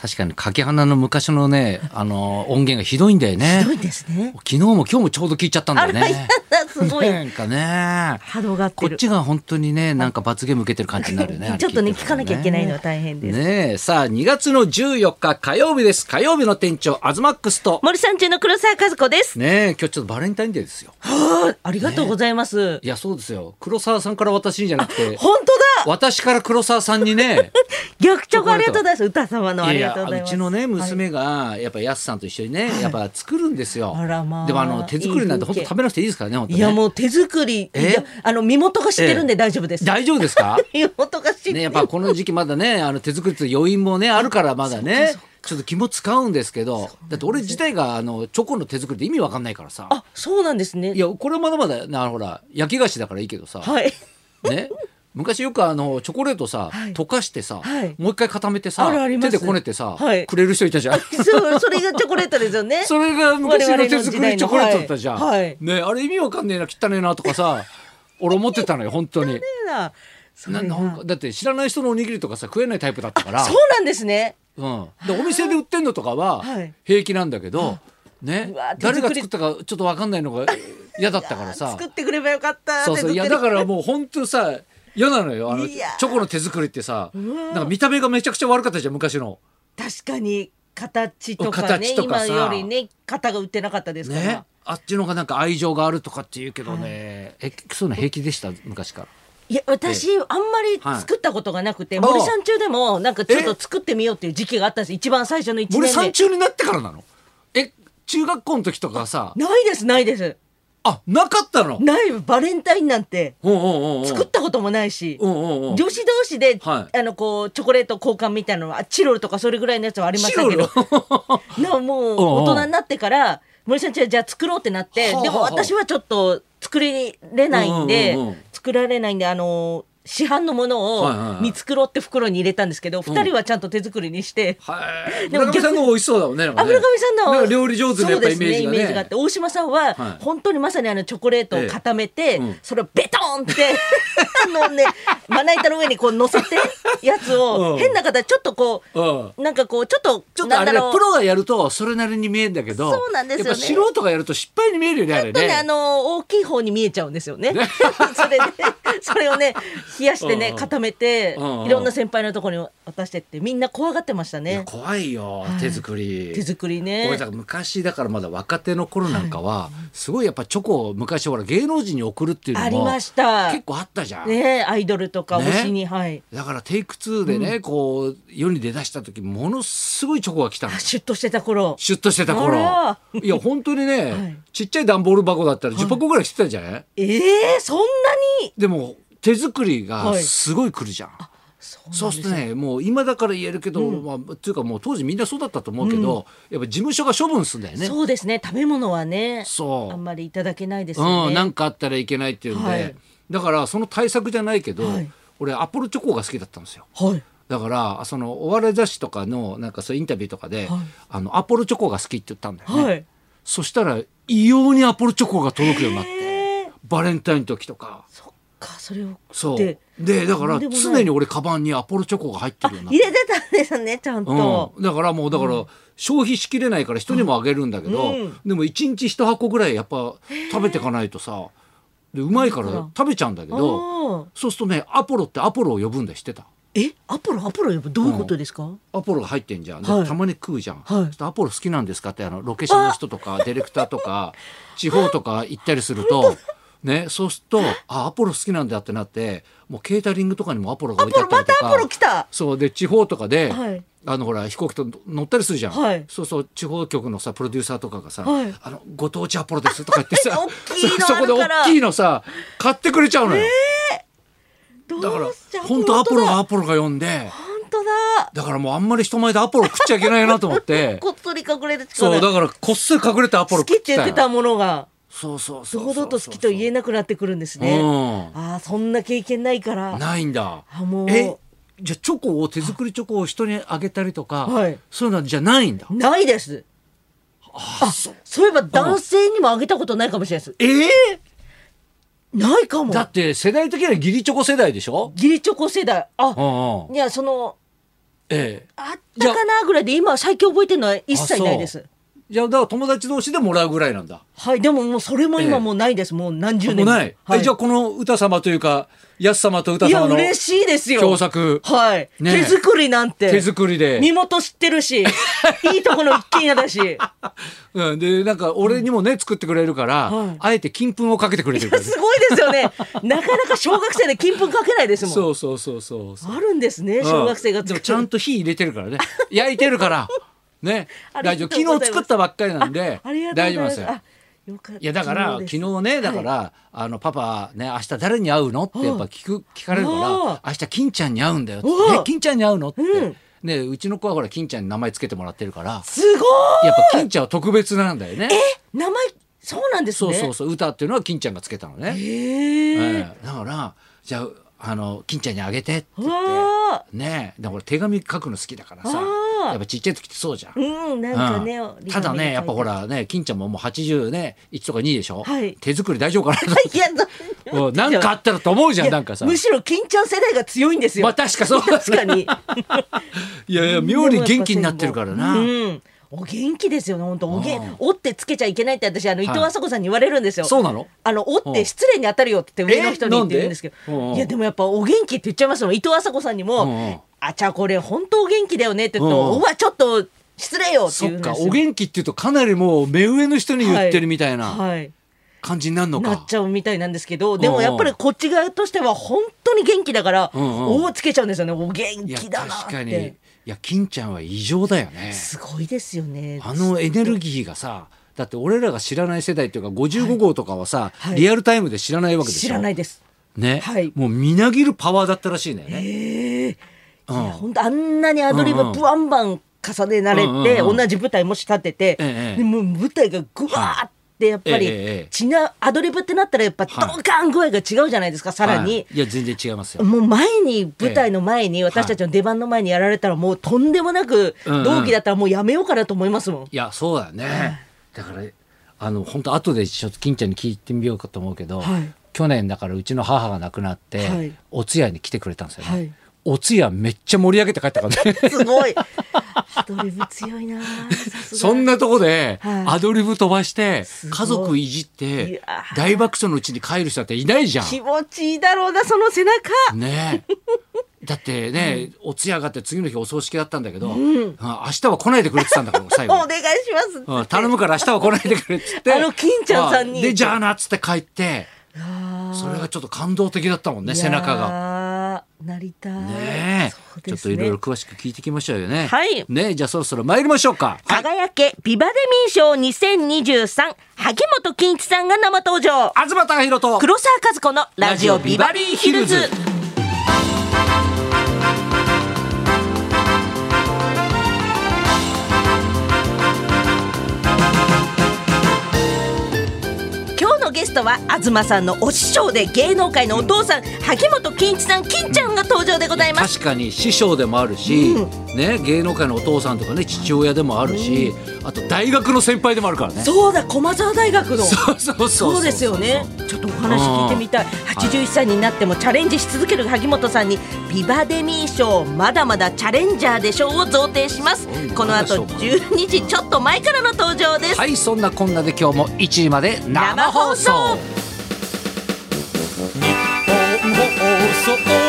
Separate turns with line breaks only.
確かに、かけ花の昔のね、あの、音源がひどいんだよね。
ひどいですね。
昨日も今日もちょうど聞いちゃったんだよ
あらや
ね。
だすご い
なんかね。
波動が合って
こ
る
っちが本当にね、なんか罰ゲーム受けてる感じになるよね。
ちょっとね
あれ
聞かなきゃいけないのは大変です
ねえ、さあ、2月の14日火曜日です。火曜日の店長、アズマックスと。
森さん中の黒沢和子です。
ねえ、今日ちょっとバレンタインデーですよ。
はあ、ありがとうございます。
いや、そうですよ。黒沢さんから私にじゃなく て、
本当だ。
私から黒沢さんにね、
逆着ありがとうございます。歌様のあり
い
が
や
とうござい
や
ま
う
す。
ちのね娘がやっぱやすさんと一緒にね、やっぱ作るんですよ
あらまあ
でもあの手作りなんて本当食べなくていいですからね本当
い
ね
やもう手作り、い
え
やあの身元が知ってるん
え
で
え
大丈夫です。
大丈夫です か
身元が知ってる。
ねやっぱこの時期まだねあの手作りって余韻もねあるからまだねちょっと気も使うんですけどだって俺自体があのチョコの手作りって意味わかんないからさ
あ、そうなんですね
い。やこれはまだまだなほら焼き菓子だからいいけどさ、
はい。
ね昔よくあのチョコレートさ、
はい
溶かしてさ、
はい
もう一回固めてさ
あるありま
手
す
でこねてさ、
はい
くれる人いたじゃん。
そう、それがチョコレートですよね。
それが昔の手作りチョコレートだったじゃん、
我々の時代のはいはい
ねあれ意味わかんねえな汚ねえなとかさ俺思ってたのよ本当に
そうだそ
な
れが
なんかだって知らない人のおにぎりとかさ食えないタイプだったから
そうなんですね。
うん、でお店で売ってんのとかは
はい
平気なんだけど、ね
うわ手作
誰
り
が作ったかちょっとわかんないのが嫌だったからさ
作ってくればよかった。
そうそうい
手
や
作
だ
り
からもう本当さ嫌なのよあの
い
チ
や
ョコの手作りってさ
うわ
なんか見た目がめちゃくちゃ悪かったじゃん昔の。
確かに形とかね
形とかさ
今よりね型が売ってなかったですから。
ね、あっちの方がなんか愛情があるとかって言うけどね、えそういうの平気でした昔から。
いや私、あんまり作ったことがなくて、
はい
森さん中でもなんかちょっと作ってみようっていう時期があったんです一番最初の1年目
森三中になってからなのえ中学校の時とかさ
ないですないです
あなかったの
ないバレンタインなんて
うんうんうんうん
作ったこともないし、
うんうんうん
女子同士で、
は
あのこうチョコレート交換みたいなのはチロルとかそれぐらいのやつはありましたけど
チ ロ
なもう
おうおう
大人になってから森さんちはじゃあ作ろうってなって
はあ
でも
はあ
私はちょっと作れないんで
うんうんうんうん
作られないんであの市販のもの
はいはいは
を
い
見繕って袋に入れたんですけど
ん
二人はちゃんと手作りにして。
はい
でも
村上さんの方が美味しそうだもんねなんか
あ
ね
村上さんの
なんか料理上手のやっぱイメージが
そうですね
ね
イメージがあって大島さんは
はい
本当にまさにあのチョコレートを固めて、
えうん
それをベトンって あのねまな板の上にこう乗せてやつ
う
を
ん
変な形ちょっとこう
うん
なんかこうちょっと
ちょっとあれ
なん
だ
ろう
プロがやるとそれなりに見えるんだけど
そうなんですよね
やっぱ素人がやると失敗に見えるよねあ
ちょ
れ
っとね、
ね
あの大きい方に見えちゃうんですよね。 それで、それをね、冷やして
うん
ね、
うん
固めて、
うんうん
いろんな先輩のところに渡してって、みんな怖がってました
いや
ね。
怖いよ手作り
手作りね
俺。だから昔だからまだ若手の頃なんかはすごいやっぱチョコを昔ほら芸能人に送るっていうのも
ありました。
結構あったじゃん
ね、アイドルとか
ね
推しに、はい。
だからテイク2でね、こう世に出だした時ものすごいチョコが来たの
あシュッとしてた頃。
シュッとしてた
あ
頃
ら
いや本当にね、
はい
ちっちゃい段ボール箱だったら10箱ぐらい来てたじゃない、
ええそんなに。
でも手作りが
はい
すごい来るじゃん、
そう
そうするとねもう今だから言えるけど、まあ、というかもう当時みんなそうだったと思うけど、やっぱ事務所が処分するんだよね
そうですね、食べ物はね。
そう
あんまりいただけないですよ
うん、な
ね。
んかあったらいけないっていうんで、
はい
だからその対策じゃないけど、
はい
俺アポロチョコが好きだったんですよ
はい。
だからそのお笑い雑誌とかのなんかそういうインタビューとかで、
はい
あのアポロチョコが好きって言ったんだよね、
はい。
そしたら異様にアポロチョコが届くようになって
ええ
バレンタインの時とか
そっか、それを。
そう
で
でだから
とんでもない
常に俺カバンにアポロチョコが入ってるようになって
入れてたんですね、ちゃんと。
うん、だからもうだから、消費しきれないから人にもあげるんだけど、
うん
でも1日1箱ぐらいやっぱ食べていかないとさでうまいから
そうだ
食べちゃうんだけど。
ああ
そうするとねアポロってアポロを呼ぶんだしてた
えアポロアポロ呼ぶどういうことですか、
アポロが入ってんじゃん、で
はい
たまに食うじゃん、
はい
ちょっとアポロ好きなんですかってあのロケションの人とかディレクターとか 地方とか行ったりするとねそうするとあアポロ好きなんだってなってもうケータリングとかにもアポロが
ア
置いて
ポ
あ
ロ
ったり
ま
と
た
か
アポロ来た
そうで地方とかで、
はい
あのほら飛行機と乗ったりするじゃん、
はい
そうそう地方局のさプロデューサーとかがさ「
はい
あのご当地アポロです」とか言ってさ
大きいの
そそこで
あるから
大きいのさ買ってくれちゃうのよ、
どう
だから
しちゃう
本当アポロが
だ
アポロが呼んで。
本当だ
だからもうあんまり人前でアポロ食っちゃいけないなと思って
こっそり隠れる力
そうだからこっそり隠れてアポロ
好
食
きっ
って
て言
た
っ
よ
てたものが
そうそうそう
堂々と好きと言え
な
なくなってくるんです
ね
ねああそんな経験ないから
ないんだ
あもう
えじゃあチョコを手作りチョコを人にあげたりとか、
はい
そういうのじゃないんだ
ないです
あそう
そういえば男性にもあげたことないかもしれないです
ええ
ないかも
だって世代的にはギリチョコ世代でしょ
ギリチョコ世代あ
うんうん
いやその
ええ
あったかなぐらいで今最近覚えてるのは一切ないです。
いやだから友達同士でもらうぐらいなんだ
はい、でももうそれも
ええ
今もうないです。もう何十
もう
年
ない、え
はい、
じゃあこの歌様というか安様と歌
いや
様の
嬉しいですよ。
共作
はい、
ねえ
手作りなんて。
手作りで
身元知ってる し、いいとこの一軒家だし。
うん、でなんか俺にもね、作ってくれるから、
はい
あえて金粉をかけてくれてる からね
すごいですよね。なかなか小学生で金粉かけないですもん。
そうそうそうそうそう
あるんですね、小学生が
うんで
作
も
る。
ちゃんと火入れてるからね 焼いてるからね
ありが
大
と
丈
う
夫
ござい
昨日
ます
作ったばっかりなんで
ありがとう
大
ご
丈夫なんで
ざいま。
すすよ
あよかった
いやだから
昨
昨
日です
日ねだから、あのパパね明日誰に会うのってやっぱ聞く聞かれるから
おー
明日金ちゃんに会うんだよって
おー
え金ちゃんに会うのって、
うん
ねうちの子はほら金ちゃんに名前つけてもらってるから
すご
やっぱ金ちゃんは特別なんだよね
い名前そうなんです
そ
ね。
うそうそう歌っていうのは金ちゃんがつけたのね。
へえ。
ええだからじゃああの金ちゃんにあげてって言っ
わあ
てねえだから俺手紙書くの好きだからさ
あー
やっぱちっちゃい時ってそうじゃん。
うん、なんかね、
うん
折り紙
ただねやっぱほ
が
らね金ちゃんももう80ね1とか2でしょ、
はい
手作り大丈夫かなと思 って
書いてある。いやどう
うんなんかあったらと思うじゃんなんかさ
むしろ金ちゃん世代が強いんですよ。
まあ確かそうだね
確かに。
いやいや妙に元気になってるからな、
うん。お元気ですよね、本当。おげ
うん、
折ってつけちゃいけないって、私、あの伊藤
はい
麻子さんに言われるんですよ。
そうなの
あの折って失礼に当たるよって上の人に言って言うんですけ
えなんでうんう
ど、
ん
いやでもやっぱお元気って言っちゃいますもん。伊藤麻子さんにも、
うんうん
あちゃこれ本当お元気だよねって言う
うんう
と、
ん
うわちょっと失礼よって
そ
言う
っ
んです
か
よ。
お元気っていうとかなりもう目上の人に言ってるみたいな
はい。
感じになるのか、
なっちゃうみたいなんですけど、でもやっぱ
う
り
ん
こっち側としては本当に元気だから、
うんうん
おをつけちゃうんですよね。お元
いや
気だなっ
確かにい
て。
や金ちゃんは異常だよね
すごいですよね。
あのエネルギーがさだって俺らが知らない世代っていうか55号とかはさ、
はい
リアルタイムで知らないわけでしょ
知らないです。
ね、
はい
もうみなぎるパワーだったらしいんだよね、う
ええ
ん
いや本当あんなにアドリ
う
ブ
んうん
ブワンバン重ねられて、
うんうんうん
同じ舞台もし立てて、
ええ
でもう舞台がぐわーってやっぱり、
ええええ
違うアドリブってなったらやっぱド
はい
カン具合が違うじゃないですかさらに。
はいいや全然違いますよ
もう前に舞台の前に私たちの出番の前にやられたらもうとんでもなく
うんうん
同期だったらもうやめようかなと思いますもん。
いやそうだよねだからあの本当後でちょっと金ちゃんに聞いてみようかと思うけど、
はい
去年だからうちの母が亡くなって、
はい
お通夜に来てくれたんですよね、
はい
お通夜めっちゃ盛り上げて帰ったからね
すごい。アドリブ強いなあ。さ すが
そんなとこで
はい
アドリブ飛ばして
すごい
家族いじっ
い
て
やー
大爆笑のうちに帰る人だっていないじゃん
気持ちいいだろうなその背中。
ねえだってね、お通夜があって次の日お葬式だったんだけど、うん明日は来ないでくれって言っ たんだから最
お
後
願いしますって言
う
っ
ん
て。
頼むから明日は来ないでくれっつって
あの金ちゃんさんに
あでじゃあなっつって帰って
あー
それがちょっと感動的だったもんね背中が。
が。なりたい。
ね
そう
えち
で
ょっ
す
と
ね
いろいろ詳しく聞いていきましょうよね。
はい
ねえじゃあそろそろ参りましょうか。はい
輝けビバレミー賞2023萩本欽一さんが生登場
東隆弘と
黒沢和子のラジオビバリーヒルズ今日のゲストは東さんのお師匠で芸能界のお父さん萩本欽一さん欽ちゃんが登場でございます
確かに師匠でもあるし、ね、芸能界のお父さんとかね父親でもあるし、あと大学の先輩でもあるからね。
そうだ駒澤大学の
そうそうそう
そうですよねちょっとお話聞いてみたい81歳になってもチャレンジし続ける萩本さんにビバデミー賞まだまだチャレンジャーで賞を贈呈します
そうなんだ
この後12時ちょっと前からの登場です
はいそんなこんなで今日も1時まで生
生
放
放
送
送
日本放送